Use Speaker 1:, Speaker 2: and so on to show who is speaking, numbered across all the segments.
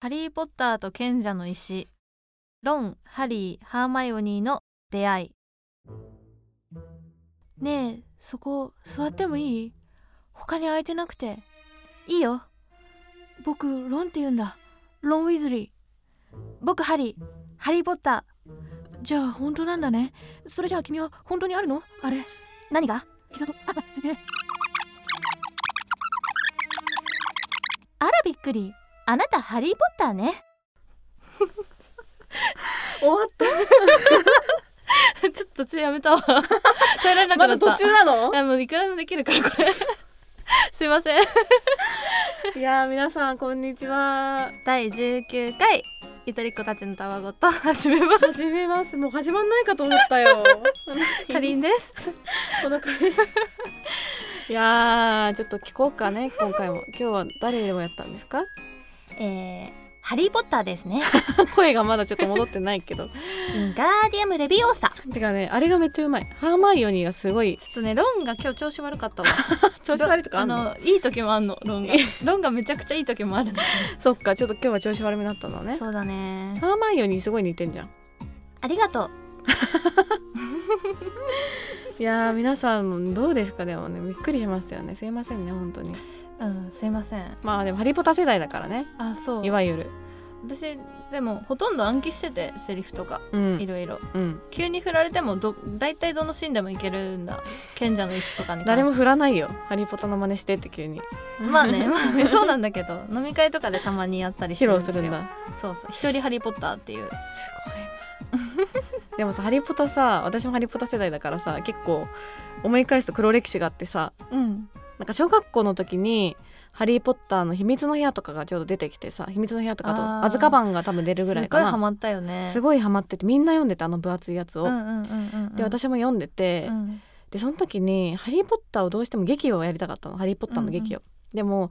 Speaker 1: ハリー・ポッターと賢者の石ロン、ハリー、ハーマイオニーの出会いねえそこ座ってもいい他に空いてなくていいよ僕ロンって言うんだロン・ウィズリー僕ハリーハリー・ポッターじゃあ本当なんだねそれじゃあ君は本当にあるのあれ何が膝とあすげえあらびっくりあなたハリー・ポッターね
Speaker 2: 終わった
Speaker 1: ちょっと途中やめたわ 耐えられなくな
Speaker 2: ま
Speaker 1: った
Speaker 2: だ途中 なの
Speaker 1: あもういくらでもできるからこれ すいません
Speaker 2: いやー皆さんこんに ちは
Speaker 1: 第19回ゆとりっ子たちのたわごと始めます
Speaker 2: 始めますもう始まんないかと思っ たよ
Speaker 1: かりんです
Speaker 2: この感じいやーちょっと聞こうかね今回も今日は誰をやったんで すか
Speaker 1: えー、ハリーポッターです ね
Speaker 2: 声がまだちょっと戻ってないけど
Speaker 1: インガーディアムレビオーサちょ
Speaker 2: てかねあれがめっちゃうまいハーマイオニーがすごい
Speaker 1: っとねロンが今日調子悪かったわ
Speaker 2: 調子悪いとかあんの
Speaker 1: あのいい時もあんのロンがロンがめちゃくちゃいい時もあるんだ
Speaker 2: そっかちょっと今日は調子悪めだったんだね
Speaker 1: そうだね
Speaker 2: ハーマイオニーすごい似てんじゃん
Speaker 1: ありがとう
Speaker 2: いやー皆さんもどうですかでもねびっくりしましたよねすいませんね本当に
Speaker 1: うんすいません
Speaker 2: まあでもハリポタ世代だからね
Speaker 1: あそう
Speaker 2: いわゆる
Speaker 1: 私でもほとんど暗記しててセリフとか
Speaker 2: うん
Speaker 1: いろいろ
Speaker 2: うん
Speaker 1: 急に振られてもど大体どのシーンでもいけるんだ賢者の石とかに関して
Speaker 2: 誰も振らないよハリポタの真似してって急に
Speaker 1: まあねまあねそうなんだけど飲み会とかでたまにやったりす
Speaker 2: 披
Speaker 1: るんです
Speaker 2: 露
Speaker 1: すよ
Speaker 2: るんだ
Speaker 1: そうそう一人ハリー・ポッターっていう
Speaker 2: すごいなでもさハリポタさ私もハリポタ世代だからさ結構思い返すと黒歴史があってさ
Speaker 1: うん
Speaker 2: なんか小学校の時に「ハリー・ポッター」の「秘密の部屋」とかがちょうど出てきてさ「秘密の部屋」とかと
Speaker 1: あ
Speaker 2: 「
Speaker 1: ー
Speaker 2: アズカバン」が多分
Speaker 1: す
Speaker 2: 出る
Speaker 1: ご
Speaker 2: ぐら
Speaker 1: い
Speaker 2: いか
Speaker 1: ハ
Speaker 2: な
Speaker 1: マったよね
Speaker 2: す
Speaker 1: ごい
Speaker 2: ごいハマっててみんな読んでたあの分厚いやつを、
Speaker 1: うんうんうんうんうん
Speaker 2: で私も読んでて、
Speaker 1: うん
Speaker 2: でその時に「ハリー・ポッター」をどうしても劇をやりたかったの「ハリー・ポッター」の劇を。でも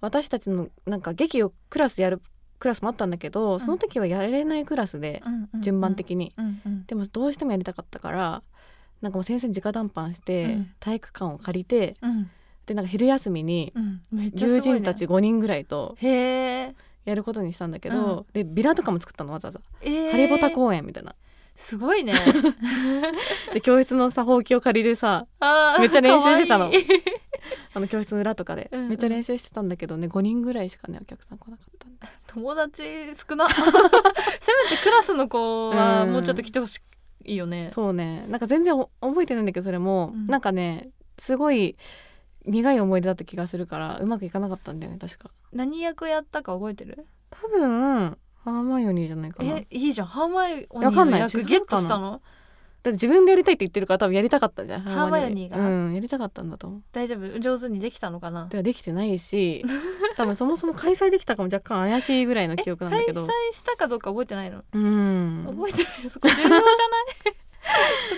Speaker 2: 私たちのなんか劇をクラスでやるクラスもあったんだけどその時はやれないクラスで
Speaker 1: うんうんうん
Speaker 2: 順番的に。
Speaker 1: うんうん
Speaker 2: でもどうしてもやりたかったからなんかもう先生に直談判して、
Speaker 1: うん
Speaker 2: 体育館を借りて
Speaker 1: うん
Speaker 2: でなんか昼休みに
Speaker 1: うんめっちゃ
Speaker 2: 友
Speaker 1: すごいね
Speaker 2: 人たち5人ぐらいと
Speaker 1: へえ
Speaker 2: やることにしたんだけど、でビラとかも作ったのわざわざ「
Speaker 1: えー
Speaker 2: ハリボタ公園」みたいな
Speaker 1: すご いね
Speaker 2: で教室のさほうきを借りてさ
Speaker 1: あー
Speaker 2: めっちゃ練習してたの
Speaker 1: かわいい
Speaker 2: あの教室の裏とかで
Speaker 1: うんうん
Speaker 2: めっちゃ練習してたんだけどね5人ぐらいしかねお客さん来なかったんだ
Speaker 1: 友達少な せめてクラスの子はもうちょっと来てほしいよね
Speaker 2: そうねなんか全然お覚えてないんだけどそれも、
Speaker 1: うん
Speaker 2: なんかねすごい苦い思い出だった気がするからうまくいかなかったんだよね確か
Speaker 1: 何役やったか覚えてる
Speaker 2: 多分ハーマイオニーじゃないかな
Speaker 1: えいいじゃんハーマイオニ
Speaker 2: わか
Speaker 1: ー
Speaker 2: ん
Speaker 1: の
Speaker 2: ない
Speaker 1: 役
Speaker 2: 違うかな
Speaker 1: ゲットしたの
Speaker 2: だって自分でやりたいって言ってるから多分やりたかったんじゃん
Speaker 1: ハーマイオニーが
Speaker 2: うんやりたかったんだと思う
Speaker 1: 大丈夫上手にできたのかな
Speaker 2: ではできてな いし多分そもそも開催できたかも若干怪しいぐらいの
Speaker 1: え
Speaker 2: 記
Speaker 1: 開
Speaker 2: 憶なんだけど
Speaker 1: 催したかどうか覚えてないの
Speaker 2: うん
Speaker 1: 覚えてない そこ重要じゃない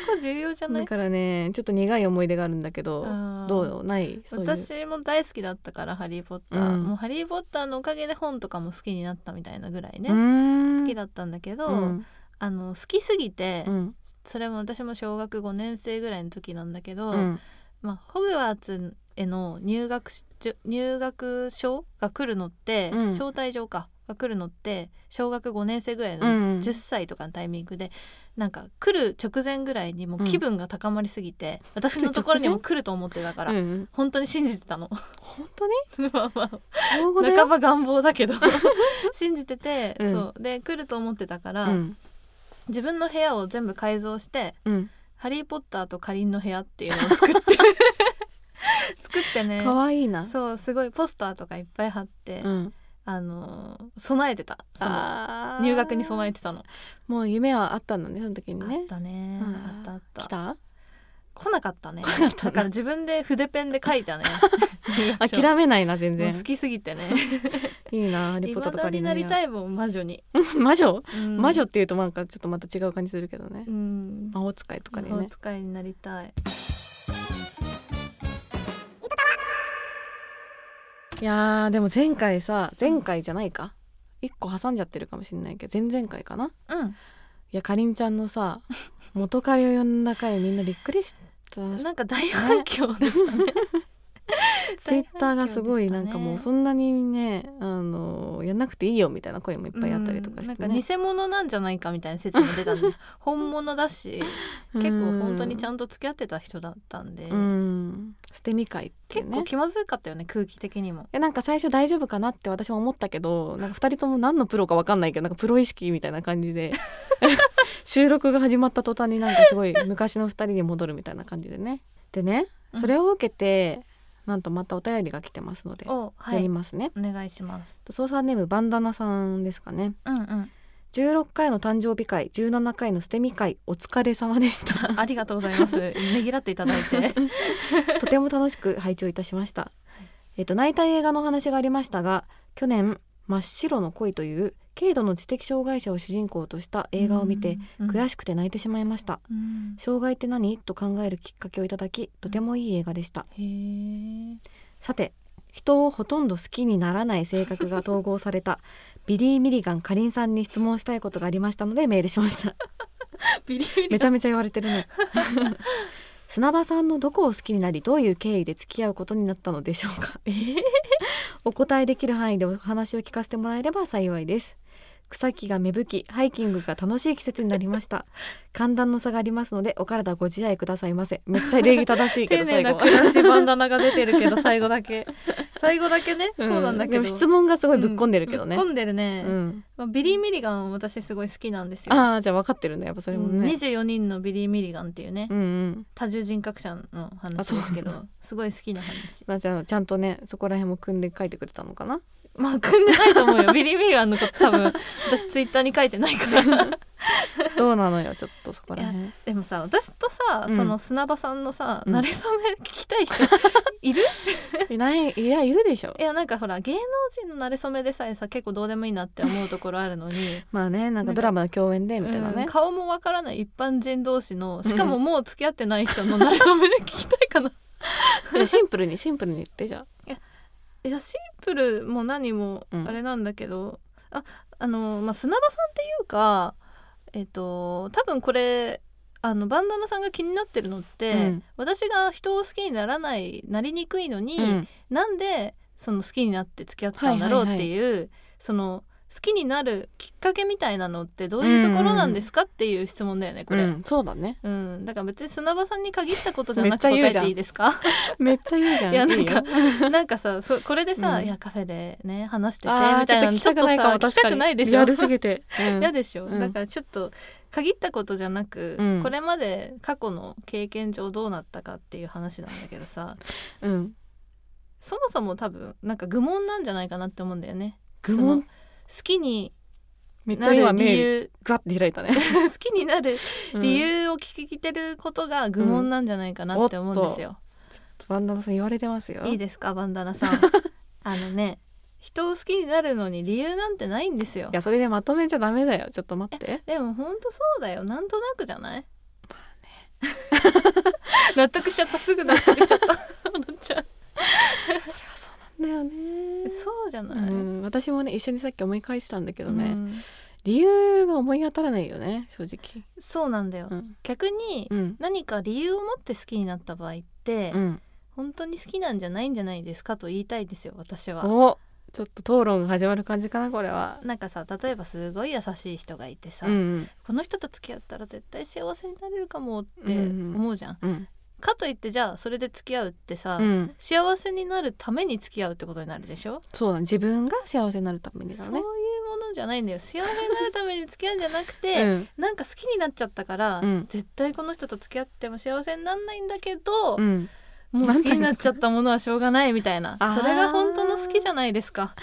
Speaker 1: そこ重要じゃな
Speaker 2: だ
Speaker 1: い
Speaker 2: からねちょっと苦い思い出があるんだけど
Speaker 1: あー
Speaker 2: どうないそういう
Speaker 1: 私も大好きだったから「ハリー・ポッター」
Speaker 2: うん
Speaker 1: もう「ハリー・ポッター」のおかげで本とかも好きになったみたいなぐらいね、
Speaker 2: 好
Speaker 1: 好きだったんだけど、
Speaker 2: うん
Speaker 1: あの好きすぎて、
Speaker 2: うん
Speaker 1: それも私も小学5年生ぐらいの時なんだけど、
Speaker 2: うん
Speaker 1: まあ、ホグワーツへの入学し入学証が来るのって、
Speaker 2: うん
Speaker 1: 招待状かが来るのって小学5年生ぐらいの
Speaker 2: うん
Speaker 1: 10歳とかのタイミングでなんか来る直前ぐらいにもう気分が高まりすぎて、私のところにも来ると思ってたから、
Speaker 2: うん
Speaker 1: 本当に信じてたの ま
Speaker 2: 本当に
Speaker 1: あまあ
Speaker 2: 小五だ
Speaker 1: 半
Speaker 2: よ
Speaker 1: ば願望だけど 信じてて、
Speaker 2: うん
Speaker 1: そうで来ると思ってたから、
Speaker 2: うん
Speaker 1: 自分の部屋を全部改造して
Speaker 2: うん
Speaker 1: 「ハリー・ポッターとかりんの部屋」っていうのを作って 作ってね
Speaker 2: 可愛いな
Speaker 1: そうすごいポスターとかいっぱい貼って、
Speaker 2: うん
Speaker 1: あのー備えてたその
Speaker 2: あー
Speaker 1: 入学に備えてたの、
Speaker 2: もう夢はあったんだねその時に
Speaker 1: あっ
Speaker 2: ね
Speaker 1: たね
Speaker 2: うん
Speaker 1: あったあった
Speaker 2: 来た
Speaker 1: 来なかったね
Speaker 2: なかった
Speaker 1: だ
Speaker 2: な
Speaker 1: から自分で筆ペンで書いた ね入学書
Speaker 2: 諦めないな全
Speaker 1: もう
Speaker 2: 然
Speaker 1: 好きすぎてね
Speaker 2: いいなハリ
Speaker 1: い
Speaker 2: ポ
Speaker 1: ま
Speaker 2: タとか
Speaker 1: だに
Speaker 2: リ
Speaker 1: なりた
Speaker 2: い
Speaker 1: いもん魔女に、
Speaker 2: 魔女
Speaker 1: うん
Speaker 2: 魔女っていうとなんかちょっとまた違う感じするけどね、
Speaker 1: うん
Speaker 2: 魔法使いとかで
Speaker 1: 魔法
Speaker 2: ね
Speaker 1: 使いになりたい
Speaker 2: いやーでも前回さ前回じゃないか一個挟んじゃってるかもしれないけど前々回かな
Speaker 1: うん
Speaker 2: いやかりんちゃんのさ元彼を呼んだ回みんなびっくりした
Speaker 1: なんか大反響でしたね
Speaker 2: ツイッターがすごいなんかもうそんなにねあのやんなくていいよみたいな声もいっぱいあったりとかして、ね
Speaker 1: うんなんか偽物なんじゃないかみたいな説も出たんで 本物だし結構本当にちゃんと付き合ってた人だったんで、
Speaker 2: うん捨てみ会っていう
Speaker 1: 結
Speaker 2: ね
Speaker 1: 構気まずかったよね空気的にも
Speaker 2: いやなんか最初大丈夫かなって私も思ったけどなんか2人とも何のプロか分かんないけどなんかプロ意識みたいな感 じで収録が始まった途端になんかすごい昔の2人に戻るみたいな感じでねでねそれを受けて、なんとまたお便りが来てますのでや
Speaker 1: をは
Speaker 2: り
Speaker 1: い
Speaker 2: ますね
Speaker 1: お願いします
Speaker 2: 操作ネームバンダナさんですかね
Speaker 1: うんうん
Speaker 2: 16回の誕生日会17回の捨て身会お疲れ様でした
Speaker 1: ありがとうござい ますねぎらっていただいて
Speaker 2: とても楽しく拝聴いたしました、えっと泣いた映画のお話がありましたが去年真っ白の恋という軽度の知的障害者を主人公とした映画を見て、悔
Speaker 1: し
Speaker 2: しくて泣いてしまいました
Speaker 1: うん
Speaker 2: 障害って何と考えるきっかけをいただきとてもいい映画でした
Speaker 1: へー
Speaker 2: さて人をほとんど好きにならない性格が統合されたビリー・ミリガンかりんさんに質問したいことがありましたのでメールしました
Speaker 1: ビリビリ
Speaker 2: めちゃめちゃ言われてる ね砂場さんのどこを好きになりどういう経緯で付き合うことになったのでしょうかお答えできる範囲でお話を聞かせてもらえれば幸いです草木が芽吹きハイキングが楽しい季節になりました 寒暖の差がありますのでお体ご自愛くださいませめっちゃ礼儀正しい
Speaker 1: 丁
Speaker 2: けど
Speaker 1: 寧
Speaker 2: 最
Speaker 1: な
Speaker 2: 後
Speaker 1: 暮らしバンダナが出てるけど最後だ け最後だけね、
Speaker 2: ん
Speaker 1: そうなんだけど
Speaker 2: でも質問がすごいぶっこんでるけどね、
Speaker 1: ぶっこんでるね、
Speaker 2: うん
Speaker 1: まあ、ビリー・ミリガンは私すごい好きなんですよ
Speaker 2: ああじゃあ分かってるんだやっぱそれも
Speaker 1: うん
Speaker 2: ね、
Speaker 1: 24人のビリー・ミリガンっていうね、
Speaker 2: うん、うん
Speaker 1: 多重人格者の
Speaker 2: あ
Speaker 1: 話
Speaker 2: そう
Speaker 1: ですけどすごい好きな話
Speaker 2: まあじゃあちゃんとねそこら辺も組んで書いてくれたのかな
Speaker 1: まあ組んでないと思う よビリー・ミリガンのこと 多分私ツイッターに書いてないから
Speaker 2: どうなのよちょっとそこら辺
Speaker 1: でもさ私とさ、
Speaker 2: うん
Speaker 1: その砂場さんのさ、
Speaker 2: うん
Speaker 1: 慣れ初め聞きたい人いる
Speaker 2: いないいやいるでしょ
Speaker 1: いやなんかほら芸能人の慣れ初めでさえさ結構どうでもいいなって思うところあるのに
Speaker 2: まあねなん
Speaker 1: な
Speaker 2: か
Speaker 1: んか
Speaker 2: ドラマの共演でみたいな
Speaker 1: う
Speaker 2: ね
Speaker 1: ん、顔もわからない一般人同士のしかももう付き合ってない人の馴れ初めで聞きたいかな
Speaker 2: いやシンプルにシンプルに言ってじゃあ
Speaker 1: いやシンプルも何も
Speaker 2: うん
Speaker 1: あれなんだけど、ああの、まあ、砂場さんっていうかえっ、と多分これあのバンダナさんが気になってるのって、
Speaker 2: うん
Speaker 1: 私が人を好きにならないなりにくいのに、
Speaker 2: うん
Speaker 1: なんでその好きになって付き合ったんだろうっていう、その好きになるきっかけみたいなのってどういうところなんですかっていう質問だよねこれ。
Speaker 2: うんそうだね
Speaker 1: うん、だから別に砂場さんに限ったことじゃなく
Speaker 2: めっちゃ
Speaker 1: 答
Speaker 2: 言う
Speaker 1: え
Speaker 2: じゃん
Speaker 1: ていいですか
Speaker 2: めっちゃ言うじゃん
Speaker 1: いや
Speaker 2: いよ
Speaker 1: なん なんかさそうこれでさ、
Speaker 2: うん
Speaker 1: いやカフェでね話してて
Speaker 2: あー
Speaker 1: みたいなの
Speaker 2: ちょっと聞きたくないかも
Speaker 1: ちょっとさ聞き
Speaker 2: 確か
Speaker 1: た
Speaker 2: に
Speaker 1: くないでしょ
Speaker 2: ビジュアルすぎて、うん
Speaker 1: 嫌でしょ、
Speaker 2: うん
Speaker 1: だからちょっと限ったことじゃなく、
Speaker 2: うん
Speaker 1: これまで過去の経験上どうなったかっていう話なんだけどさ
Speaker 2: うん
Speaker 1: そもそも多分なんか愚問なんじゃないかなって思うんだよね。
Speaker 2: 愚
Speaker 1: その
Speaker 2: 問
Speaker 1: 好きに
Speaker 2: めっち
Speaker 1: な
Speaker 2: ゃ今
Speaker 1: る理
Speaker 2: メール
Speaker 1: 由
Speaker 2: ガッて開いたね
Speaker 1: 好きになる理
Speaker 2: うん
Speaker 1: 由を聞きてることが愚問なんじゃないかなって思うんですよ。
Speaker 2: バンダナさん言われてますよ
Speaker 1: いいですかバンダナさん あのね人を好きになるのに理由なんてないんですよ
Speaker 2: いやそれでまとめちゃダメだよちょっと 待って
Speaker 1: でもほんとそうだよなんとなくじゃない 納得しちゃったすぐ納得しちゃった 笑っちゃう
Speaker 2: それはそうなんだよね
Speaker 1: そうじゃない、
Speaker 2: うん、私もね一緒にさっき思い返したんだけどね、
Speaker 1: うん
Speaker 2: 理由が思い当たらないよね正直
Speaker 1: そうなんだよ、
Speaker 2: うん
Speaker 1: 逆に
Speaker 2: うん
Speaker 1: 何か理由を持って好きになった場合って、
Speaker 2: うん
Speaker 1: 本当に好きなんじゃないんじゃないですかと言いたいですよ私は
Speaker 2: おちょっと討論が始まる感じかなこれは
Speaker 1: なんかさ例えばすごい優しい人がいてさ、
Speaker 2: うんうん
Speaker 1: この人と付き合ったら絶対幸せになれるかもって
Speaker 2: うん
Speaker 1: 思うじゃん、
Speaker 2: うん
Speaker 1: かといってじゃあそれで付き合うってさ、
Speaker 2: うん、
Speaker 1: 幸せになるために付き合うってことになるでしょ、
Speaker 2: そうだね自分が幸せになるために
Speaker 1: そう
Speaker 2: だ
Speaker 1: いう
Speaker 2: ね
Speaker 1: ものじゃないんだよ幸せになるために付き合うんじゃなくて、
Speaker 2: うん
Speaker 1: なんか好きになっちゃったから、
Speaker 2: うん
Speaker 1: 絶対この人と付き合っても幸せになんないんだけど、
Speaker 2: うん、
Speaker 1: もう好きになっちゃったものはしょうがないみたいな
Speaker 2: あー
Speaker 1: それが本当の好きじゃないですか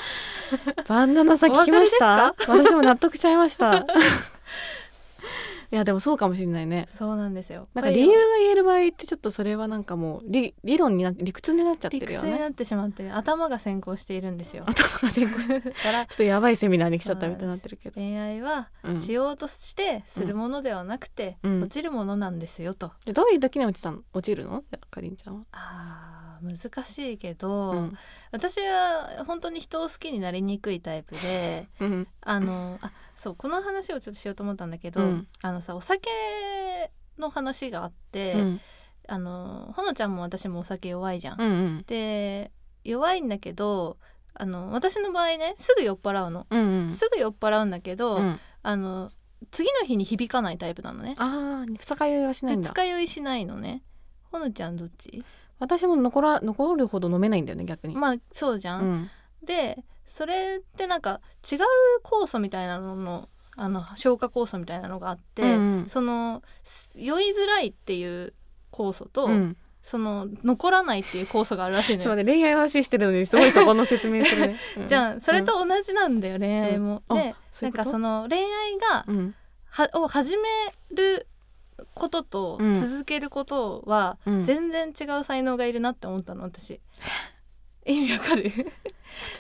Speaker 2: バンダナさん聞きました
Speaker 1: お
Speaker 2: 私も納得しちゃいました いやでもそうかもしれないね
Speaker 1: そうなんですよ
Speaker 2: なんか理由が言える場合ってちょっとそれはなんかもう理理論になって理屈になっちゃって
Speaker 1: 理
Speaker 2: る
Speaker 1: 屈
Speaker 2: よ
Speaker 1: に
Speaker 2: ね
Speaker 1: なってしまって頭が先行しているんですよ
Speaker 2: 頭が先行してちょ
Speaker 1: だから
Speaker 2: っとやばいセミナーに来ちゃったみたいになってるけど、
Speaker 1: 恋愛は
Speaker 2: うん、
Speaker 1: しようとしてするものではなくて、
Speaker 2: うん
Speaker 1: 落ちるものなんですよと。
Speaker 2: でどういう時に落ちたの落ちるのじゃあかりんちゃんは、
Speaker 1: あー難しいけど、
Speaker 2: うん
Speaker 1: 私は本当に人を好きになりにくいタイプ で
Speaker 2: うん
Speaker 1: あのあそうこの話をちょっとしようと思ったんだけど、
Speaker 2: うん
Speaker 1: あのさお酒の話があって、
Speaker 2: うん
Speaker 1: あのほのちゃんも私もお酒弱いじゃん。
Speaker 2: うん
Speaker 1: で弱いんだけどあの私の場合ねすぐ酔っ払うの、
Speaker 2: うんうん
Speaker 1: すぐ酔っ払うんだけど、
Speaker 2: うん
Speaker 1: あの次の日に響かないタイプなのね
Speaker 2: ああ二日酔いはしないんだ
Speaker 1: 二日酔いしないのねほのちゃんどっち
Speaker 2: 私も残ら残るほど飲めないんだよね逆に、
Speaker 1: まあそうじゃ、
Speaker 2: うんん、
Speaker 1: でそれってなんか違う酵素みたいなののあの消化酵素みたいなのがあって、
Speaker 2: うんうん
Speaker 1: そのす酔いづらいっていう酵素と、
Speaker 2: うん
Speaker 1: その残らないっていう酵素があるらしい
Speaker 2: ちょっ
Speaker 1: の
Speaker 2: と
Speaker 1: よ。
Speaker 2: 待って恋愛の話してるのにすごいそこの説明 するね、
Speaker 1: じゃあそれと同じなんだよ、恋愛も。
Speaker 2: うん
Speaker 1: で
Speaker 2: あそ
Speaker 1: ないん
Speaker 2: ううこと
Speaker 1: かその恋愛が
Speaker 2: うん、うん
Speaker 1: はを始めることと
Speaker 2: うん
Speaker 1: 続けることは
Speaker 2: うんちょ
Speaker 1: 全然違う才能がいるなって思ったの私。意味わかる
Speaker 2: っ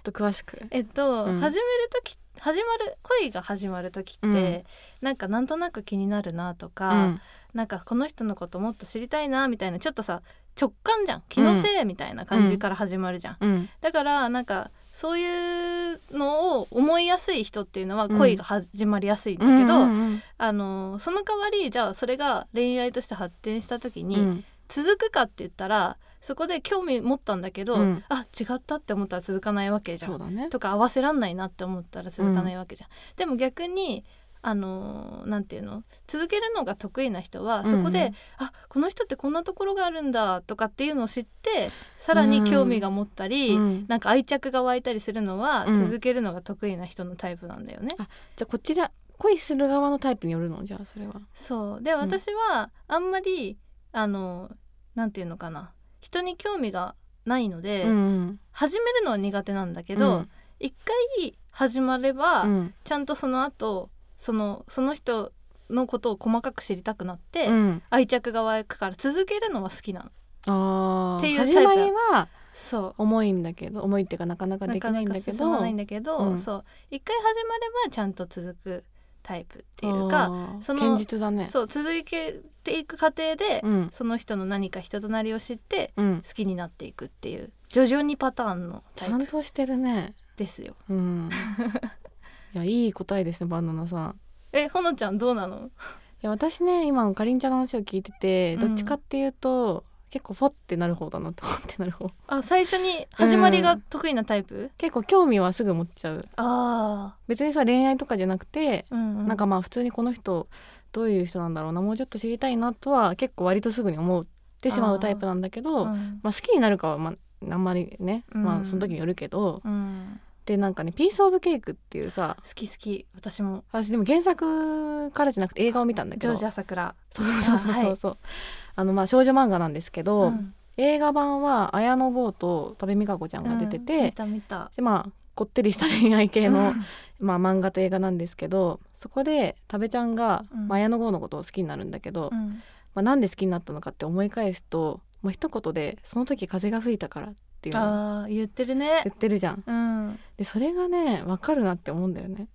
Speaker 2: と詳しく
Speaker 1: えっと、
Speaker 2: うん
Speaker 1: 始める時始まる恋が始まる時って、
Speaker 2: うん
Speaker 1: なんかなんとなく気になるなとか、
Speaker 2: うん
Speaker 1: なんかこの人のこともっと知りたいなみたいなちょっとさ直感じゃん気のせいみたいな感じから始まるじゃん、
Speaker 2: うん
Speaker 1: だからなんかそういうのを思いやすい人っていうのは
Speaker 2: うん
Speaker 1: 恋が始まりやすいんだ
Speaker 2: うん
Speaker 1: けど、
Speaker 2: うん
Speaker 1: あのその代わりじゃあそれが恋愛として発展した時
Speaker 2: うん
Speaker 1: に、続くかって言ったらそこで興味持ったんだけど、
Speaker 2: うん
Speaker 1: あ違ったって思ったら続かないわけじゃん
Speaker 2: そうだね
Speaker 1: とか合わせらんないなって思ったら続かないわけじゃん、でも逆にあのーなんていうの続けるのが得意な人はそこで、
Speaker 2: うんうん
Speaker 1: あこの人ってこんなところがあるんだとかっていうのを知ってさらに興味が持ったり、
Speaker 2: うん
Speaker 1: なんか愛着が湧いたりするのは、
Speaker 2: うん
Speaker 1: 続けるのが得意な人のタイプなんだよね。
Speaker 2: あじゃあこちら恋する側のタイプによるのじゃあそれは
Speaker 1: そうで私はあんまり、あのーなんていうのかな人に興味がないので、
Speaker 2: うん
Speaker 1: 始めるのは苦手なんだけ
Speaker 2: け
Speaker 1: ど、一回始まれば、
Speaker 2: うん
Speaker 1: ちゃんとその後そのその人のことを細かく知りたくなって、
Speaker 2: うん
Speaker 1: 愛着が湧くから続けるのは好きなの
Speaker 2: あー
Speaker 1: っていうタイプ
Speaker 2: 始まりは
Speaker 1: そ
Speaker 2: 重いんだけど重いっていうかなかな
Speaker 1: う
Speaker 2: かできないん
Speaker 1: なか
Speaker 2: だけ
Speaker 1: なか進
Speaker 2: ど
Speaker 1: まないんだけど、
Speaker 2: うん
Speaker 1: そう一回始まればちゃんと続くタイプっていうか、
Speaker 2: あー
Speaker 1: その
Speaker 2: 堅実だね
Speaker 1: そう続けていく過程で、
Speaker 2: うん
Speaker 1: その人の何か人となりを知って
Speaker 2: うん
Speaker 1: 好きになっていくっていう徐々にパターンの
Speaker 2: ち
Speaker 1: タイプ
Speaker 2: ゃんとしてるね
Speaker 1: ですよ。
Speaker 2: うんいやいい答えですねバナナさん
Speaker 1: えほのちゃんどうなの
Speaker 2: いや私ね今のかりんちゃんの話を聞いてて
Speaker 1: うん
Speaker 2: どっちかっていうと、結構フォってなる方だなってフォってなる方
Speaker 1: あ最初に始まりが得意なタイプ、
Speaker 2: 結構興味はすぐ持っちゃう
Speaker 1: あ
Speaker 2: 別にさ恋愛とかじゃなくて、
Speaker 1: あ、うんうん、
Speaker 2: なんかまあ普通にこの人どういう人なんだろうなもうちょっと知りたいなとは結構割とすぐに思ってしまうタイプなんだけど
Speaker 1: うん
Speaker 2: まあ、好きになるかはまああんまりね、
Speaker 1: うん
Speaker 2: まあその時によるけど
Speaker 1: うん、
Speaker 2: でなんかね「ピース・オブ・ケーク」っていうさ
Speaker 1: 好き好き私も
Speaker 2: 私でも原作からじゃなくて映画を見たんだけ
Speaker 1: ジ
Speaker 2: ど
Speaker 1: ョージ朝倉
Speaker 2: そうそうそうそうそうあのまあ少女漫画なんですけ
Speaker 1: う
Speaker 2: ど、
Speaker 1: ん
Speaker 2: 映画版は綾野剛と多部未華子ちゃんが出て
Speaker 1: うん見
Speaker 2: て、
Speaker 1: た見た
Speaker 2: でまあこってりした恋愛系の
Speaker 1: うん、
Speaker 2: まあ、漫画と映画なんですけどそこで多部ちゃんが、
Speaker 1: うん
Speaker 2: まあ、綾野剛のことを好きになるんだけど、
Speaker 1: うん
Speaker 2: まあ、なんで好きになったのかって思い返すともう一言で「その時風が吹いたから」っていうのを
Speaker 1: ああ言ってるね
Speaker 2: 言ってるじゃん。
Speaker 1: うんあ
Speaker 2: でそれがね分かるなって思うんだよね。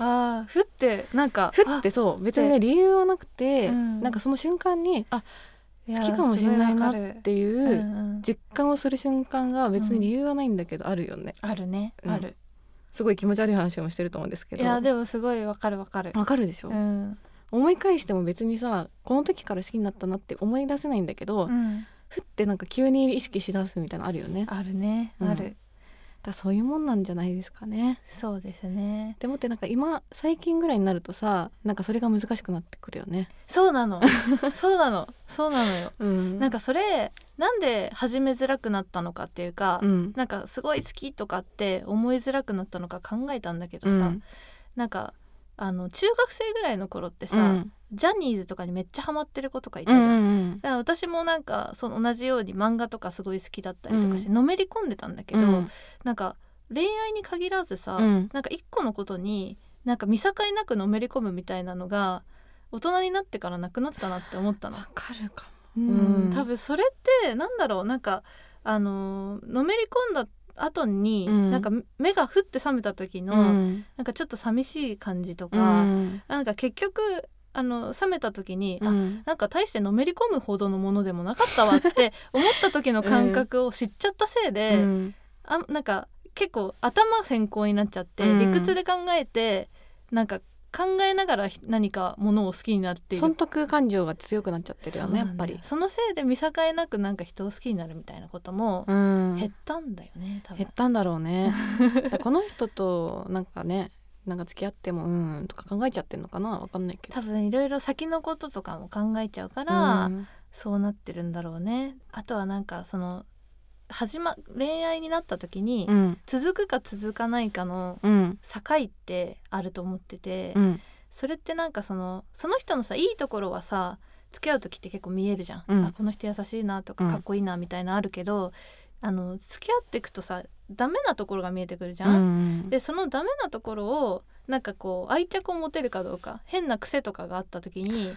Speaker 1: あふってなんか
Speaker 2: ふってそう別にね理由はなくて、
Speaker 1: うん
Speaker 2: なんかその瞬間にあ
Speaker 1: あや
Speaker 2: 好きかもしれないなっていう、
Speaker 1: すごいわかるうんうん
Speaker 2: 実感をする瞬間が別に理由はないんだけど、あるよね
Speaker 1: あるね
Speaker 2: うん
Speaker 1: ある、
Speaker 2: すごい気持ち悪い話もしてると思うんですけ
Speaker 1: い
Speaker 2: ど
Speaker 1: やでもすごいわかるわかる
Speaker 2: わかるでしょ、
Speaker 1: うん
Speaker 2: 思い返しても別にさこの時から好きになったなって思い出せないんだけど、
Speaker 1: うん
Speaker 2: ふってなんか急に意識しだすみたいなのあるよねだか
Speaker 1: あるね
Speaker 2: うん
Speaker 1: ある、
Speaker 2: らそういうもんなんじゃないですかね
Speaker 1: そうですね
Speaker 2: でもってなんか今最近ぐらいになるとさなんかそれが難しくなってくるよね
Speaker 1: そうな のそうなのそうなのよ
Speaker 2: うん
Speaker 1: なんかそれなんで始めづらくなったのかっていうか、
Speaker 2: うん
Speaker 1: なんかすごい好きとかって思いづらくなったのか考えたんだけど
Speaker 2: う
Speaker 1: さ、
Speaker 2: ん
Speaker 1: なんかあの中学生ぐらいの頃ってさ、
Speaker 2: うん
Speaker 1: ジャニーズとかにめっちゃハマってる子とかいた
Speaker 2: う
Speaker 1: じゃ
Speaker 2: ん
Speaker 1: ん。
Speaker 2: う
Speaker 1: だ
Speaker 2: ん
Speaker 1: から私もなんかその同じように漫画とかすごい好きだったりとかして
Speaker 2: う
Speaker 1: のめり込んでたんだけ
Speaker 2: う
Speaker 1: ど、
Speaker 2: ん
Speaker 1: なんか恋愛に限らずさ、
Speaker 2: うん
Speaker 1: なんか一個のことになんか見境なくのめり込むみたいなのが大人になってからなくなったなって思ったの。
Speaker 2: わかるか
Speaker 1: うん
Speaker 2: うん
Speaker 1: 多分それってなんだろうなんかあのーのめり込んだ後に、
Speaker 2: うん
Speaker 1: なんか目がふって覚めた時の、
Speaker 2: も、うん
Speaker 1: なんかちょっと寂しい感じと
Speaker 2: う
Speaker 1: か、
Speaker 2: ん
Speaker 1: なんか結局あの覚めた時に、
Speaker 2: う
Speaker 1: あ
Speaker 2: ん
Speaker 1: なんか大してのめり込むほどのものでもなかったわって 思った時の感覚を知っちゃったせいで、
Speaker 2: うん
Speaker 1: あなんか結構頭先行になっちゃって、
Speaker 2: うん
Speaker 1: 理屈で考えてなんか考えながら何かものを好きになっている
Speaker 2: 損得感情が強くなっちゃってるよねやっぱり
Speaker 1: そのせいで見境なくなんか人を好きになるみたいなことも
Speaker 2: うん
Speaker 1: 減ったんだよね多分
Speaker 2: 減ったんだろう ねだからこの人となんかねなんか付き合ってもうんとか考えちゃってんのかなわかんないけど
Speaker 1: 多分いろいろ先のこととかも考えちゃうから、
Speaker 2: うん
Speaker 1: そうなってるんだろうねあとはなんかその始ま恋愛になった時に、
Speaker 2: うん
Speaker 1: 続くか続かないかの
Speaker 2: うん
Speaker 1: 境ってあると思ってて、
Speaker 2: うん
Speaker 1: それってなんかそのその人のさいいところはさ付き合う時って結構見えるじゃん、
Speaker 2: うん
Speaker 1: あこの人優しいなとか
Speaker 2: うん
Speaker 1: かっこいいなみたいなあるけど、あの付き合っていくとさダメなところが見えてくるじゃん。
Speaker 2: うん
Speaker 1: でそのダメなところをなんかこう愛着を持てるかどうか変な癖とかがあった時に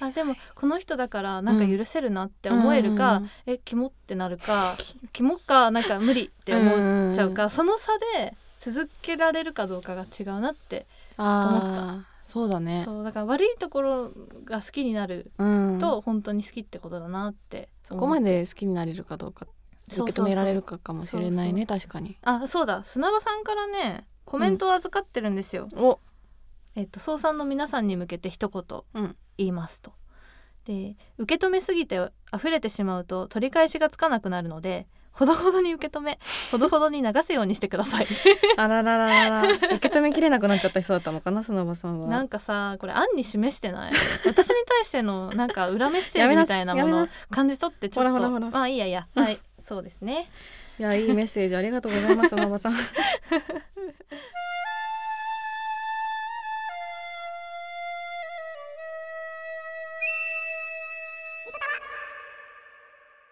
Speaker 1: あでもこの人だからなんか許せるなって思えるか、
Speaker 2: うん
Speaker 1: えキモってなるかキモかなんか無理って思っちゃうか、その差で続けられるかどうかが違うなって
Speaker 2: ああそうだね
Speaker 1: そうだから悪いところが好きになる
Speaker 2: うん
Speaker 1: と本当に好きってことだなって
Speaker 2: そこまで好きになれるかどうか
Speaker 1: そう
Speaker 2: 受け止められるかかもしれないね確かに
Speaker 1: あそうだ砂場さんからねコメントを預かってるんですよ、
Speaker 2: お
Speaker 1: えっと総さんの皆さんに向けて一言
Speaker 2: うん
Speaker 1: 言いますと、で受け止めすぎて溢れてしまうと取り返しがつかなくなるのでほどほどに受け止めほどほどに流すようにしてくだ さい
Speaker 2: あらららら ら受け止めきれなくなっちゃった人だったのかな砂場さんは
Speaker 1: なんかさこれ案に示してない私に対してのなんか裏メッセージみたいなも
Speaker 2: やめ
Speaker 1: の
Speaker 2: な
Speaker 1: 感じ取ってちょっと
Speaker 2: ほらほらほら
Speaker 1: まあいいやいやはいそうですね
Speaker 2: いやいいメッセージありがとうございます砂場さん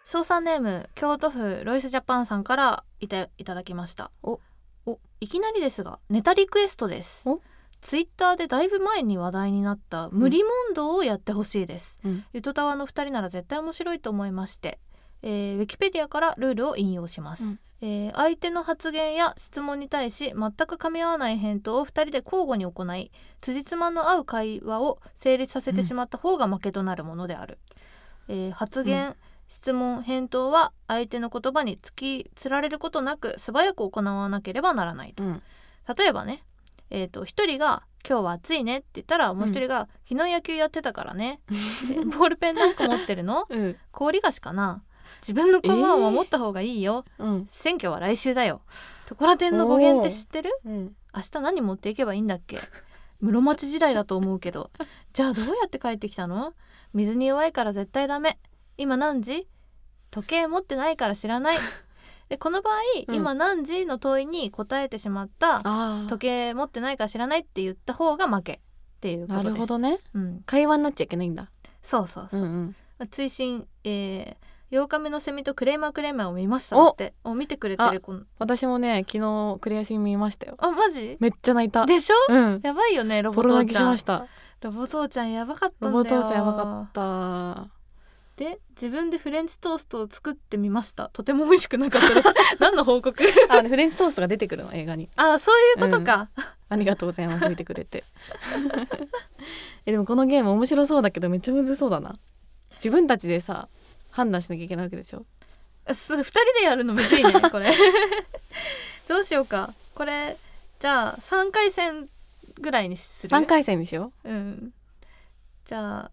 Speaker 1: 操作ネーム京都府ロイスジャパンさんからいたいただきました
Speaker 2: お
Speaker 1: おいきなりですがネタリクエストです
Speaker 2: お
Speaker 1: ツイッターでだいぶ前に話題になった無理問答をやってほしいです、
Speaker 2: うん
Speaker 1: ゆとたわの2人なら絶対面白いと思いまして、えーウィキペディアからルールを引用します、
Speaker 2: うん
Speaker 1: えー相手の発言や質問に対し全く噛み合わない返答を2人で交互に行い辻褄の合う会話を成立させてしまった方が負けとなるものである、えー発言、質問返答は相手の言葉に突きつられることなく素早く行わなければならないと
Speaker 2: うん
Speaker 1: 例えばねえーと一人が「今日は暑いね」って言ったらもう一人が「昨日野球やってたからね」でボールペン何個持ってるの
Speaker 2: うん
Speaker 1: 氷菓子かな自分の駒を守った方がいいよ、
Speaker 2: うん
Speaker 1: 選挙は来週だよところてんの語源って知ってる
Speaker 2: うん
Speaker 1: 明日何持っていけばいいんだっけ室町時代だと思うけどじゃあどうやって帰ってきたの水に弱いから絶対ダメ今何時時計持ってないから知らないでこの場合、
Speaker 2: うん
Speaker 1: 今何時の問いに答えてしまった
Speaker 2: あ
Speaker 1: 時計持ってないから知らないって言った方が負けっていう
Speaker 2: あ
Speaker 1: こと
Speaker 2: な
Speaker 1: です
Speaker 2: るほどね
Speaker 1: うん、
Speaker 2: 会話になっちゃいけないんだ
Speaker 1: そうそうそうう、
Speaker 2: んうん
Speaker 1: 追伸、えー、8日目のセミとクレーマークレーマーを見ましたってお見てくれてる子の
Speaker 2: 私もね昨日クレアシン見ましたよ
Speaker 1: あマジ
Speaker 2: めっちゃ泣いた
Speaker 1: でしょ
Speaker 2: うん
Speaker 1: やばいよねロボ
Speaker 2: ボロ
Speaker 1: 父
Speaker 2: 泣き
Speaker 1: ち
Speaker 2: し
Speaker 1: ゃん
Speaker 2: ました
Speaker 1: ロボ父ちゃんやばかった
Speaker 2: ロ
Speaker 1: んだよ
Speaker 2: ボ父ちゃんやばかった
Speaker 1: で自分でフレンチトーストを作ってみましたとても美味しくなかった です何の報告
Speaker 2: あフレンチトーストが出てくるの映画に
Speaker 1: あそういうことか、
Speaker 2: ありがとうございます見てくれ てえでもこのゲーム面白そうだけどめっちゃむずそうだな自分たちでさ判断しなきゃいけないわけでしょ
Speaker 1: それ2人でやるのむずいねこれ どうしようかこれじゃあ3回戦ぐらいにする
Speaker 2: 3回戦にしよう
Speaker 1: うんじゃあ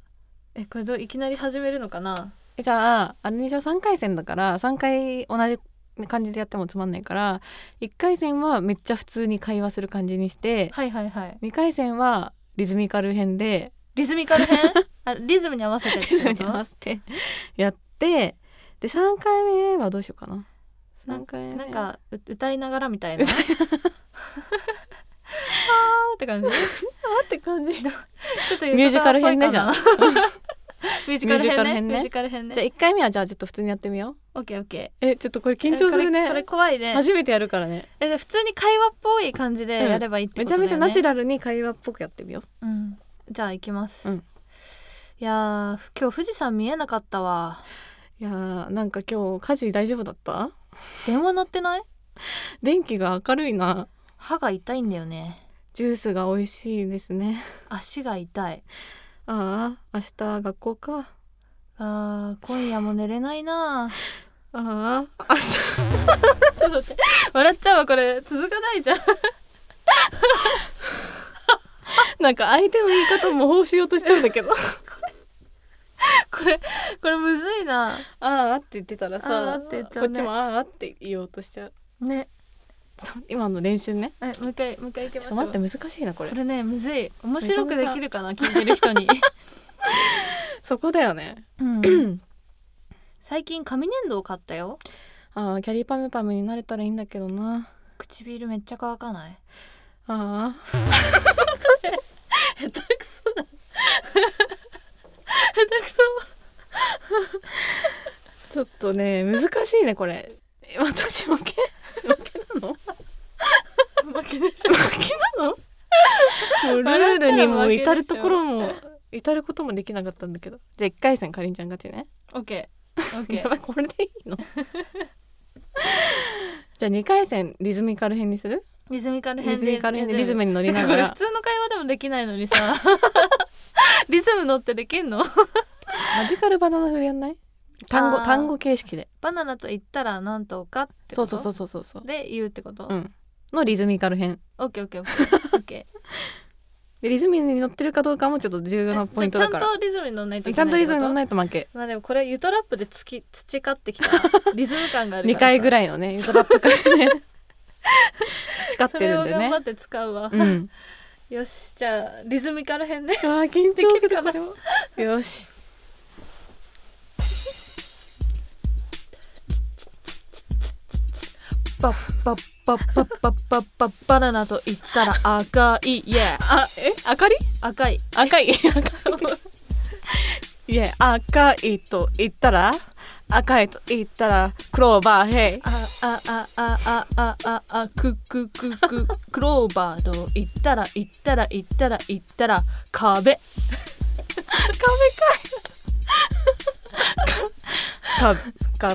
Speaker 1: えこれどういきなり始めるのかな
Speaker 2: えじゃああれにしよう3回戦だから3回同じ感じでやってもつまんないから1回戦はめっちゃ普通に会話する感じにして
Speaker 1: はいはいはい
Speaker 2: 2回戦はリズミカル編で
Speaker 1: リズミカル 編あリズムに合わせてって
Speaker 2: リズ
Speaker 1: こ
Speaker 2: ムに
Speaker 1: と
Speaker 2: 合わせてやってで3回目はどうしようかな3回目
Speaker 1: なんかう歌いながらみた いなあーって感じ
Speaker 2: あって感じじゃ
Speaker 1: ちょっと言う
Speaker 2: ミュージカル編ね
Speaker 1: 方が怖いかなミュージカル編ね。ミ
Speaker 2: ミ
Speaker 1: ュー
Speaker 2: ュー
Speaker 1: ジ
Speaker 2: ジ
Speaker 1: カル編ね。
Speaker 2: あ1回目 はじゃあちょっと普通にやってみよう
Speaker 1: オッケーオッケ
Speaker 2: えちょっとこれ
Speaker 1: ー。
Speaker 2: 緊張す
Speaker 1: これ
Speaker 2: る
Speaker 1: これ
Speaker 2: ね
Speaker 1: 怖いね。
Speaker 2: 初めてやるからね
Speaker 1: えで普通に会話っぽい感じでやればいいって
Speaker 2: め
Speaker 1: こ
Speaker 2: ちゃ
Speaker 1: とだよ
Speaker 2: め
Speaker 1: ね。
Speaker 2: ちゃナチュラルに会話っぽくやってみよう
Speaker 1: うん。じゃあ行きます。
Speaker 2: うん
Speaker 1: いやー今日富士山見えなかったわ。
Speaker 2: いやーなんか今日家事大丈夫だった
Speaker 1: 電話鳴ってない？
Speaker 2: 電気が明るいな
Speaker 1: 歯が痛いんだよね。
Speaker 2: ジュースが美味しいですね
Speaker 1: 足が痛い。
Speaker 2: ああ明日学校か
Speaker 1: あー今夜も寝れないな。
Speaker 2: ああ明日
Speaker 1: ちょっと待って笑っちゃうわこれ続かないじゃん。
Speaker 2: なんか相手の言い方も報しようとしちゃうんだけどあ
Speaker 1: これこれむずいな
Speaker 2: あって言ってたら
Speaker 1: あ
Speaker 2: さ
Speaker 1: あって言っちゃ
Speaker 2: こ
Speaker 1: うね
Speaker 2: っちもああって言おうとしちゃう
Speaker 1: ね
Speaker 2: ちょっと今の練習ね
Speaker 1: えもう一回もう一回いきま
Speaker 2: ちょっ
Speaker 1: し
Speaker 2: と
Speaker 1: ょう
Speaker 2: 待って難しいなこれ
Speaker 1: これねむずい面白くできるかな聞いてる 人に、
Speaker 2: そこだよね
Speaker 1: うん、最近紙粘土を買ったよ
Speaker 2: ああキャリーパムパムになれたらいいんだけどな
Speaker 1: 唇めっちゃ乾かない
Speaker 2: ああ
Speaker 1: 下手くそだ下手くそ
Speaker 2: ちょっとね難しいねこれえ私負け負けなの
Speaker 1: 負けでしょ
Speaker 2: 負けなのもうルールにも
Speaker 1: 笑ったら
Speaker 2: 至
Speaker 1: 負けでし
Speaker 2: る
Speaker 1: ょ
Speaker 2: ところも至ることもできなかったんだけどじゃあ1回戦かりんちゃん勝ちね
Speaker 1: OK OK
Speaker 2: やばいこれでいいのじゃあ2回戦リズミカル編にする
Speaker 1: リズミカル
Speaker 2: リ
Speaker 1: 編
Speaker 2: ズ
Speaker 1: で
Speaker 2: ミカル編でリズムに乗り
Speaker 1: なん
Speaker 2: な
Speaker 1: か
Speaker 2: が
Speaker 1: これ
Speaker 2: ら
Speaker 1: 普通の会話でもできないの にさリズム乗ってできんの
Speaker 2: マジカルバナナ風でやんない単語
Speaker 1: あー
Speaker 2: 単語形式で
Speaker 1: バナナと言ったらなんとかって
Speaker 2: そ
Speaker 1: こ
Speaker 2: う
Speaker 1: と
Speaker 2: そうそうそうそうそう
Speaker 1: で言うってこと、
Speaker 2: うんのリズミカル編
Speaker 1: オッケーオッケーオッケーオッケ
Speaker 2: でリズムに乗ってるかどうかもちょっと重要な
Speaker 1: ー
Speaker 2: ポイント
Speaker 1: ち
Speaker 2: だ
Speaker 1: ゃん
Speaker 2: から
Speaker 1: とリズムに乗んないとい
Speaker 2: ち
Speaker 1: け
Speaker 2: ゃ
Speaker 1: なんい
Speaker 2: とリズムに乗ら
Speaker 1: い
Speaker 2: ないと負け
Speaker 1: まあでもこれユトラップでつき培ってきたリズム感がある
Speaker 2: 2回ぐ
Speaker 1: い
Speaker 2: らいのねトラップからね培っ
Speaker 1: そ
Speaker 2: て
Speaker 1: れ
Speaker 2: る
Speaker 1: を
Speaker 2: んで
Speaker 1: 頑張
Speaker 2: ね
Speaker 1: って使うわ、
Speaker 2: うん
Speaker 1: よしじゃあリズミカル編で
Speaker 2: あー緊張す
Speaker 1: でき
Speaker 2: る
Speaker 1: るかな
Speaker 2: これはよし
Speaker 1: バッバッバッバッバッバッバッバナナと言ったら赤いイエー
Speaker 2: あえ明かり
Speaker 1: 赤い
Speaker 2: 赤いいや赤いと言ったら赤いと言ったらクローバーヘイ
Speaker 1: ああああああああくくくくクローバーと言ったら言ったら言ったら言ったら壁
Speaker 2: カカ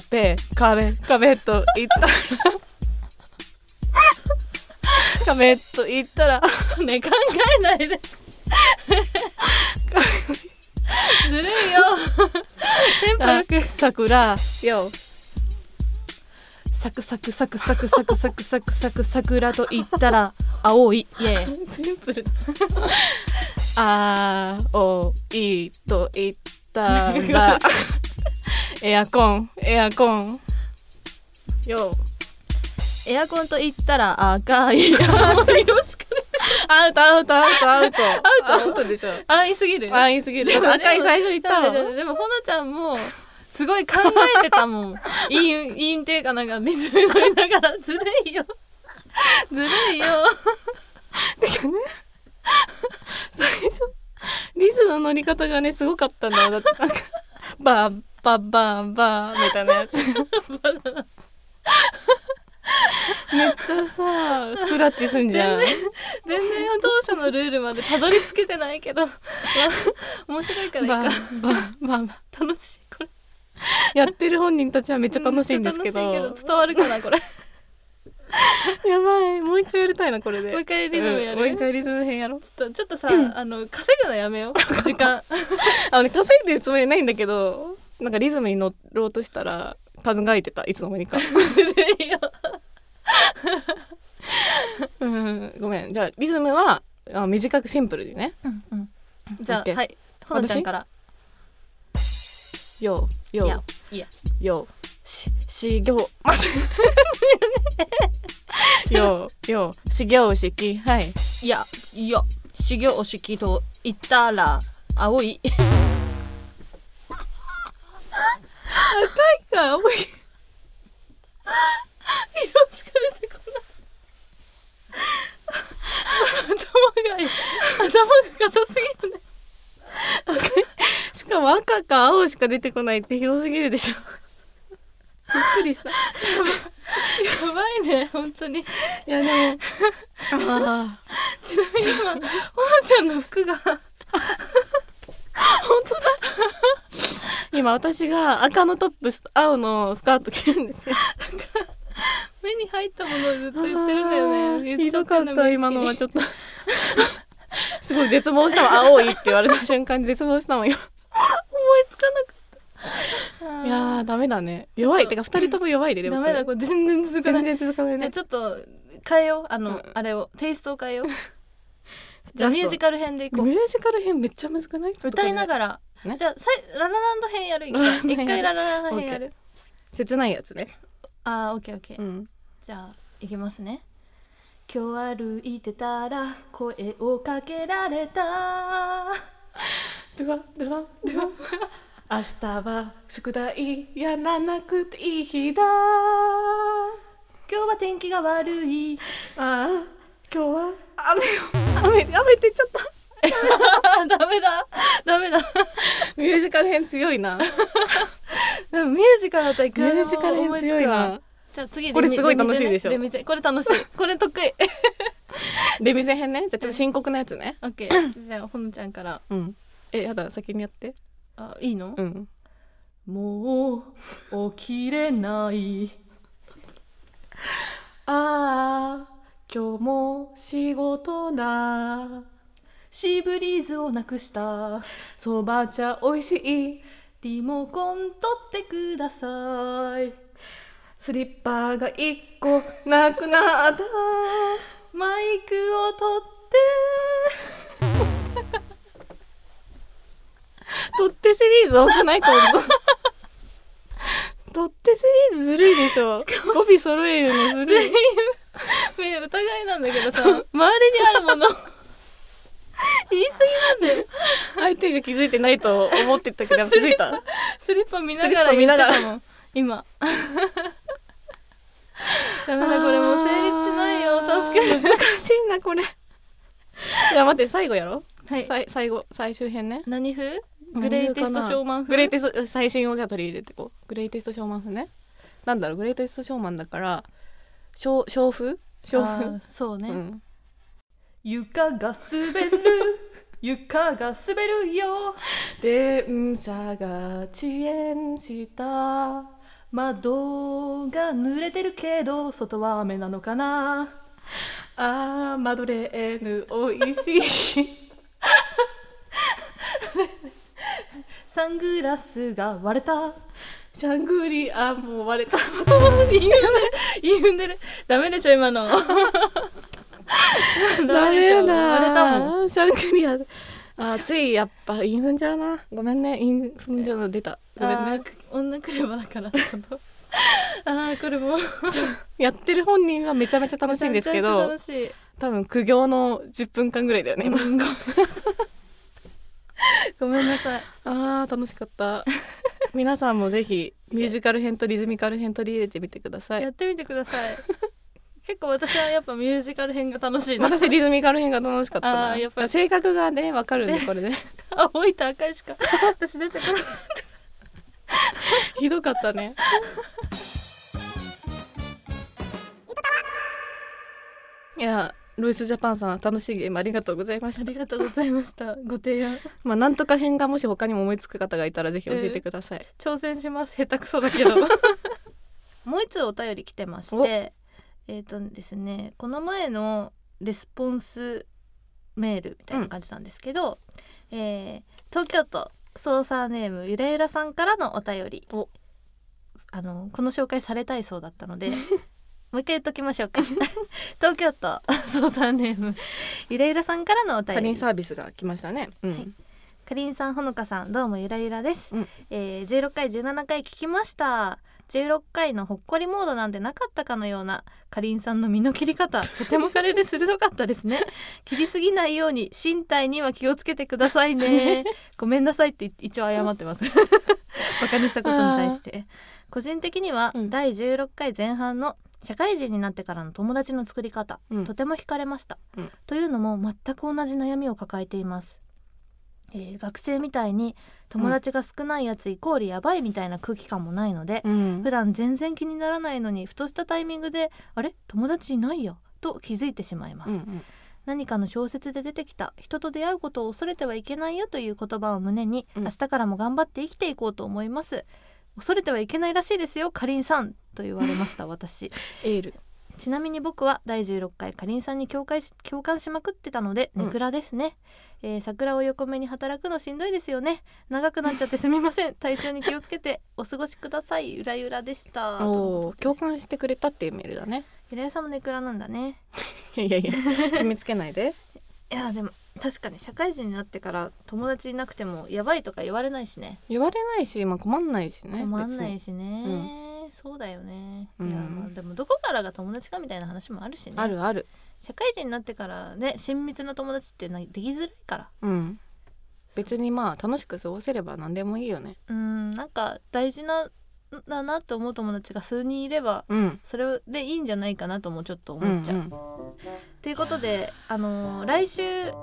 Speaker 2: ペカベカベと言ったらカメと言ったら
Speaker 1: ね考えないでずるいよテンポよく
Speaker 2: 桜よ
Speaker 1: サクサクサクサクサクサクサクサク桜と言ったら青いイエー
Speaker 2: シンプルあおいと言ったらエアコンエアコンよ
Speaker 1: エアコンと言ったら赤 い青い色しかない
Speaker 2: アウトアウトアウトアウトアウトでしょ
Speaker 1: 安易すぎる
Speaker 2: 安易すぎる赤い最初言った
Speaker 1: で
Speaker 2: わ
Speaker 1: もでもほなちゃんもすごい考えてた もんいいいいんていうかなんかリズム乗りながらずるい よずるいよ
Speaker 2: てかね最初リズムの乗り方がねすごかったんだよだってなんかバーバーバーバーみたいなやつめっちゃさスクラッチすんじゃん
Speaker 1: 全然当初のルールまでたどり着けてないけど まあ面白いからいい
Speaker 2: バ
Speaker 1: か
Speaker 2: ーバーバーバ
Speaker 1: 楽しいこれ
Speaker 2: ーやってる本人たちはめっちゃ楽しいんですけど
Speaker 1: めっちゃ楽しいけど伝わるかなこれ
Speaker 2: やばいもう一回やりたいなこれで
Speaker 1: もう一回リズムやる
Speaker 2: うんもう一回リズム編やろう
Speaker 1: ちょっとちょっとさあの稼ぐのや めよう時間
Speaker 2: あのね、稼いでるつもりないんだけどなんかリズムに乗ろうとしたら数がいてたいつの間に か
Speaker 1: ずるいよ
Speaker 2: うんごめんじゃあリズムはあ短くシンプルでね
Speaker 1: じゃあ
Speaker 2: OK
Speaker 1: はいほのちゃんから
Speaker 2: 「ようよ
Speaker 1: いや
Speaker 2: う
Speaker 1: いや
Speaker 2: ようしし行 まずようようし行式はい
Speaker 1: いやいや修行式と言ったら青い
Speaker 2: が多い
Speaker 1: 色しか出てこない頭がいい頭が硬すぎるね
Speaker 2: しかも赤か青しか出てこないってひどすぎるでしょびっくりしたい
Speaker 1: やばいね本当に
Speaker 2: やでもああ
Speaker 1: ちなみに 今ほのちゃんの服が
Speaker 2: 今私が赤のトップスと青のスカート着るんです
Speaker 1: 目に入ったものをずっと言ってるんだよね言っちゃってん
Speaker 2: ひどか
Speaker 1: だ
Speaker 2: っ
Speaker 1: 無
Speaker 2: た
Speaker 1: 意識に
Speaker 2: 今のはちょっとすごい絶望したわ青いって言われた瞬間に絶望したもんよ
Speaker 1: 思いつかなかった
Speaker 2: いやーダメだね
Speaker 1: ちょっと
Speaker 2: 弱いてか二人とも弱いででも
Speaker 1: ダ
Speaker 2: こ
Speaker 1: メ
Speaker 2: れ
Speaker 1: だこれ全然続かな
Speaker 2: 全
Speaker 1: い
Speaker 2: 然続かない
Speaker 1: じゃあ
Speaker 2: ね
Speaker 1: ちょっと変えようあの、
Speaker 2: うん
Speaker 1: あれをテイストを変えようじゃあ
Speaker 2: ラス
Speaker 1: ミ
Speaker 2: ト
Speaker 1: ュージカル編でいこ
Speaker 2: ミ
Speaker 1: う
Speaker 2: ュージカル編めっちゃ難くない
Speaker 1: 歌いなが
Speaker 2: ら
Speaker 1: ら、
Speaker 2: ね
Speaker 1: じゃあさいララランド編やる一
Speaker 2: ララランド
Speaker 1: 回
Speaker 2: 編
Speaker 1: 一回ララランド編やる
Speaker 2: 切ないやつね
Speaker 1: あーオッケーオッケー、
Speaker 2: うん
Speaker 1: じゃあいきますね今日歩いてたら声をかけられた
Speaker 2: ドゥワドゥワドゥワ明日は宿題やらなくていい日だあ
Speaker 1: 今日は天気が悪 い
Speaker 2: あ今日は雨雨雨って言っちゃっ
Speaker 1: あーダメだダメだ
Speaker 2: たミュージカル編強いな
Speaker 1: でもミュージカルだったらいく
Speaker 2: ミ
Speaker 1: ら
Speaker 2: ュ
Speaker 1: で
Speaker 2: ー
Speaker 1: も
Speaker 2: ジカル
Speaker 1: 思い
Speaker 2: 編
Speaker 1: つ
Speaker 2: 強い
Speaker 1: くわ
Speaker 2: な
Speaker 1: じゃあ次
Speaker 2: これ
Speaker 1: レミ
Speaker 2: すごい
Speaker 1: レミゼね
Speaker 2: 楽しいでしょ
Speaker 1: レミゼこれ楽しいこれ得意
Speaker 2: レビゼ編ねじゃあちょっと深刻なやつね
Speaker 1: オッケーじゃあほのちゃんから
Speaker 2: うんえやだ先にやって
Speaker 1: あいいの
Speaker 2: うん
Speaker 1: もう起きれない
Speaker 2: ああ今日も仕事だ
Speaker 1: シーブリーズをなくした
Speaker 2: そば茶おいしい
Speaker 1: リモコン取ってください
Speaker 2: スリッパが一個なくなった
Speaker 1: マイクを取っ
Speaker 2: 取ってシリーズ多くない今度 取ってシリーズずるいでしょ語尾揃えるのず るい
Speaker 1: てみんな 疑いなんだけどさ周りにあるもの 言い過ぎなんだよ
Speaker 2: 相手が気づいてないと思ってたけど気づい た
Speaker 1: スリッパ見ながら言ってたもん今 ダメだこれもう成立しないよ助けて
Speaker 2: て難しいなこれじゃあ待って最後やろ、
Speaker 1: はい
Speaker 2: さい最後最終編ね
Speaker 1: 何風グレイテストショーマン風
Speaker 2: グレイテスト最新をじゃあ取り入れてこうグレイテストショーマン風ねなんだろうグレイテストショーマンだからショーショー風ショー
Speaker 1: あーそうね、
Speaker 2: 風うん
Speaker 1: 床が 滑る床が滑るよ
Speaker 2: 電車が遅延した
Speaker 1: 窓が濡れてるけど外は雨なのかな
Speaker 2: あーマドレーヌおい しい
Speaker 1: サングラスが割れた
Speaker 2: シャングリアも割れた
Speaker 1: 言うんでる言うんでるダメでしょ今のダメでしょ割れたもん
Speaker 2: んシャングリアあーついやっぱインフンじゃうなごめんねインフンじゃうの出たごめん
Speaker 1: あ
Speaker 2: ね
Speaker 1: ーく女クレバだからってことああこれも
Speaker 2: やってる本人はめちゃめちゃ楽しいんですけど
Speaker 1: めちゃめちゃ楽しい
Speaker 2: 多分苦行の10分間ぐらいだよね今
Speaker 1: ごめんなさい
Speaker 2: あー楽しかった 皆さんもぜひミュージカル編とリズミカル編取り入れてみてくださ
Speaker 1: や
Speaker 2: い
Speaker 1: ってみてください結構私はやっぱミュージカル編が楽しいな
Speaker 2: 私リズミカル編が楽しかったな
Speaker 1: あーやっぱり
Speaker 2: 性格がねわかるね
Speaker 1: で
Speaker 2: こ れね
Speaker 1: 青いと赤いしか私出てこない
Speaker 2: ひどかったねいやロイスジャパンさん楽しいゲームありがとうございまし
Speaker 1: あ
Speaker 2: た
Speaker 1: りがとうございましたご提案
Speaker 2: まあなんとか編がもし他にも思いつく方がいたらぜひ教えてください、
Speaker 1: 挑戦します下手くそだけどもう一つお便り来てましてえっ、とですねこの前のレスポンスメールみたいな感じなんですけど、えー東京都操作ネームゆらゆらさんからのお便り
Speaker 2: お
Speaker 1: あのこの紹介されたいそうだったので もう一回言っときましょうか 東京都操作ネームゆらゆらさんからのお便
Speaker 2: 他
Speaker 1: り
Speaker 2: 人サービスが来ましたね、うん
Speaker 1: はいかりんさんほのかさんどうもゆらゆらです、
Speaker 2: うん
Speaker 1: えー、16回17回聞きました16回のほっこりモードなんてなかったかのようなかりんさんの身の切り方とても彼で鋭かったです ね切りすぎないように身体には気をつけてください ねごめんなさいって一応謝ってますバカにしたことに対して個人的には
Speaker 2: うん
Speaker 1: 第16回前半の社会人になってからの友達の作り方、
Speaker 2: うん
Speaker 1: とても惹かれました、
Speaker 2: うん
Speaker 1: というのも全く同じ悩みを抱えています、えー学生みたいに友達が少ないやつイコールやばいみたいな空気感もないので、
Speaker 2: うん
Speaker 1: 普段全然気にならないのにふとしたタイミングであれ友達いないやと気づいてしまいます、
Speaker 2: うんうん
Speaker 1: 何かの小説で出てきた人と出会うことを恐れてはいけないよという言葉を胸に、
Speaker 2: うん
Speaker 1: 明日からも頑張って生きていこうと思います恐れてはいけないらしいですよかりんさんと言われました私
Speaker 2: エール
Speaker 1: ちなみに僕は第16回かりんさんに共感し共感しまくってたので
Speaker 2: うん
Speaker 1: ネクラですね、えー桜を横目に働くのしんどいですよね長くなっちゃってすみま せん体調に気をつけてお過ごしくださいゆらゆらでした
Speaker 2: おお共感してくれたっていうメールだね
Speaker 1: ゆらゆらさんもネクラなんだね
Speaker 2: いやいや決めつけないで
Speaker 1: いやでも確かに社会人になってから友達いなくてもやばいとか言われないしね
Speaker 2: 言われないし、まあ、困んないしね
Speaker 1: 困んな
Speaker 2: 別
Speaker 1: い
Speaker 2: に
Speaker 1: しね、そうだよね、
Speaker 2: うん
Speaker 1: いやまあでもどこからが友達かみたいな話もあるしね
Speaker 2: あるある
Speaker 1: 社会人になってからね親密な友達ってなできづらいから
Speaker 2: うん別にまあ楽しく過ごせれば何でもいいよね
Speaker 1: うんなんか大事なだなと思う友達が数人いれば
Speaker 2: うん
Speaker 1: それでいいんじゃないかなともちょっと
Speaker 2: うん
Speaker 1: 思っちゃう。と、
Speaker 2: うん
Speaker 1: いうことで、あのー来週、
Speaker 2: ん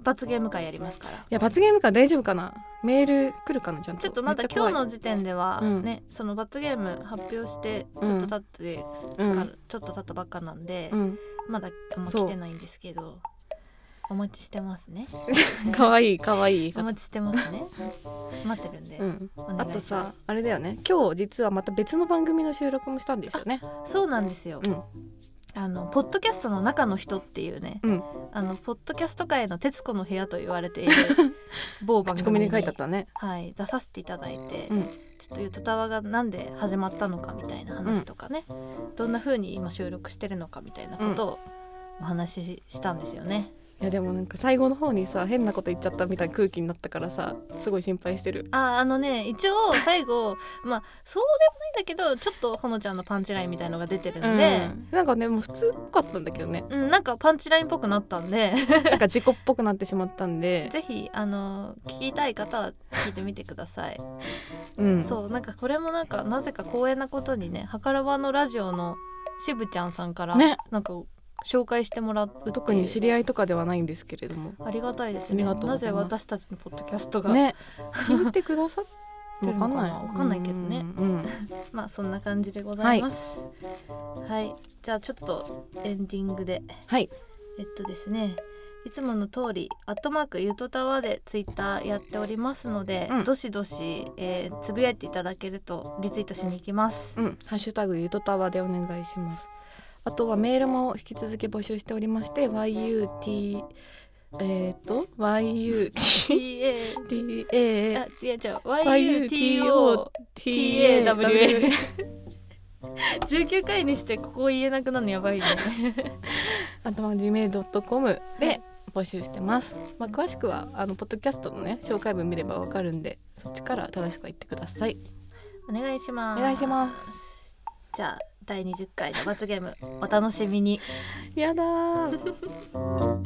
Speaker 1: 罰ゲーム会やりますから
Speaker 2: いや罰ゲームか大丈夫かなメール来るかなちゃんと
Speaker 1: ちょっとまだ
Speaker 2: めちゃ
Speaker 1: 今
Speaker 2: 怖
Speaker 1: 日
Speaker 2: い
Speaker 1: の時点では
Speaker 2: うん
Speaker 1: ね、その罰ゲーム発表してちょっと経ってから、ちょっと経ったばっかなんで、
Speaker 2: うん
Speaker 1: まだあんま来てないんですけどお待ちしてますね
Speaker 2: 可愛い可愛い
Speaker 1: お待ちしてます ね待ってるんで、
Speaker 2: うん
Speaker 1: お願い
Speaker 2: あ
Speaker 1: します
Speaker 2: とさあれだよね今日実はまた別の番組の収録もしたんですよね
Speaker 1: そうなんですよ、
Speaker 2: うん
Speaker 1: あのポッドキャストの中の人っていうね、
Speaker 2: うん
Speaker 1: あのポッドキャスト界の徹子の部屋と言われ ている某番
Speaker 2: 口コミ
Speaker 1: 組
Speaker 2: に
Speaker 1: に
Speaker 2: 書いてあったね
Speaker 1: はい、出させていただいて、
Speaker 2: うん
Speaker 1: ちょっと「ゆとたわ」がなんで始まったのかみたいな話とかね、どんな風に今収録してるのかみたいなことをお話ししたんですよね。
Speaker 2: いやでもなんか最後の方にさ変なこと言っちゃったみたいな空気になったからさすごい心配してる
Speaker 1: あああのね一応最後まあそうでもないんだけどちょっとほのちゃんのパンチラインみたいのが出てるので、
Speaker 2: なんかねもう普通っぽかったんだけどね
Speaker 1: うんなんかパンチラインっぽくなったんで
Speaker 2: なんか事故っぽくなってしまったんで
Speaker 1: ぜひあの聞きたい方は聞いてみてください。
Speaker 2: うん
Speaker 1: そうなんかこれもなんかなぜか光栄なことにね「はからばのラジオ」のしぶちゃんさんから、
Speaker 2: ね
Speaker 1: なんか紹介してもらうっていう
Speaker 2: 特に知り合いとかではないんですけれども
Speaker 1: ありがたいです
Speaker 2: あり
Speaker 1: ね
Speaker 2: がとうござい
Speaker 1: な
Speaker 2: ます
Speaker 1: ぜ私たちのポッドキャストが、
Speaker 2: ね聞いてくださって
Speaker 1: てる
Speaker 2: る
Speaker 1: の
Speaker 2: の
Speaker 1: か
Speaker 2: か
Speaker 1: な
Speaker 2: な
Speaker 1: わかんないけどね
Speaker 2: うん
Speaker 1: まあそんな感じでございますはい、じゃあちょっとエンディングで
Speaker 2: はい
Speaker 1: えっとですねいつもの通り「アットマークゆとたわ」でツイッターやっておりますので、
Speaker 2: うん
Speaker 1: どしどし、えーつぶやいていただけるとリツイートしに行きます
Speaker 2: うん、ハッシュタグゆとたわでお願いします。あとはメールも引き続き募集しておりまして、yut えっ、と yut
Speaker 1: TA
Speaker 2: t
Speaker 1: あ
Speaker 2: a
Speaker 1: いやじゃあ
Speaker 2: YUTO
Speaker 1: t a w 19回にしてここ言えなくなるのやばいね
Speaker 2: あとは gmail ドットコム
Speaker 1: は
Speaker 2: で
Speaker 1: い
Speaker 2: 募集してます。まあ詳しくはあのポッドキャストのね紹介文見ればわかるんで、そっちから正しくは言ってください。
Speaker 1: お願いします
Speaker 2: お願いします
Speaker 1: じゃあ第20回の罰ゲームお楽しみに
Speaker 2: やだー。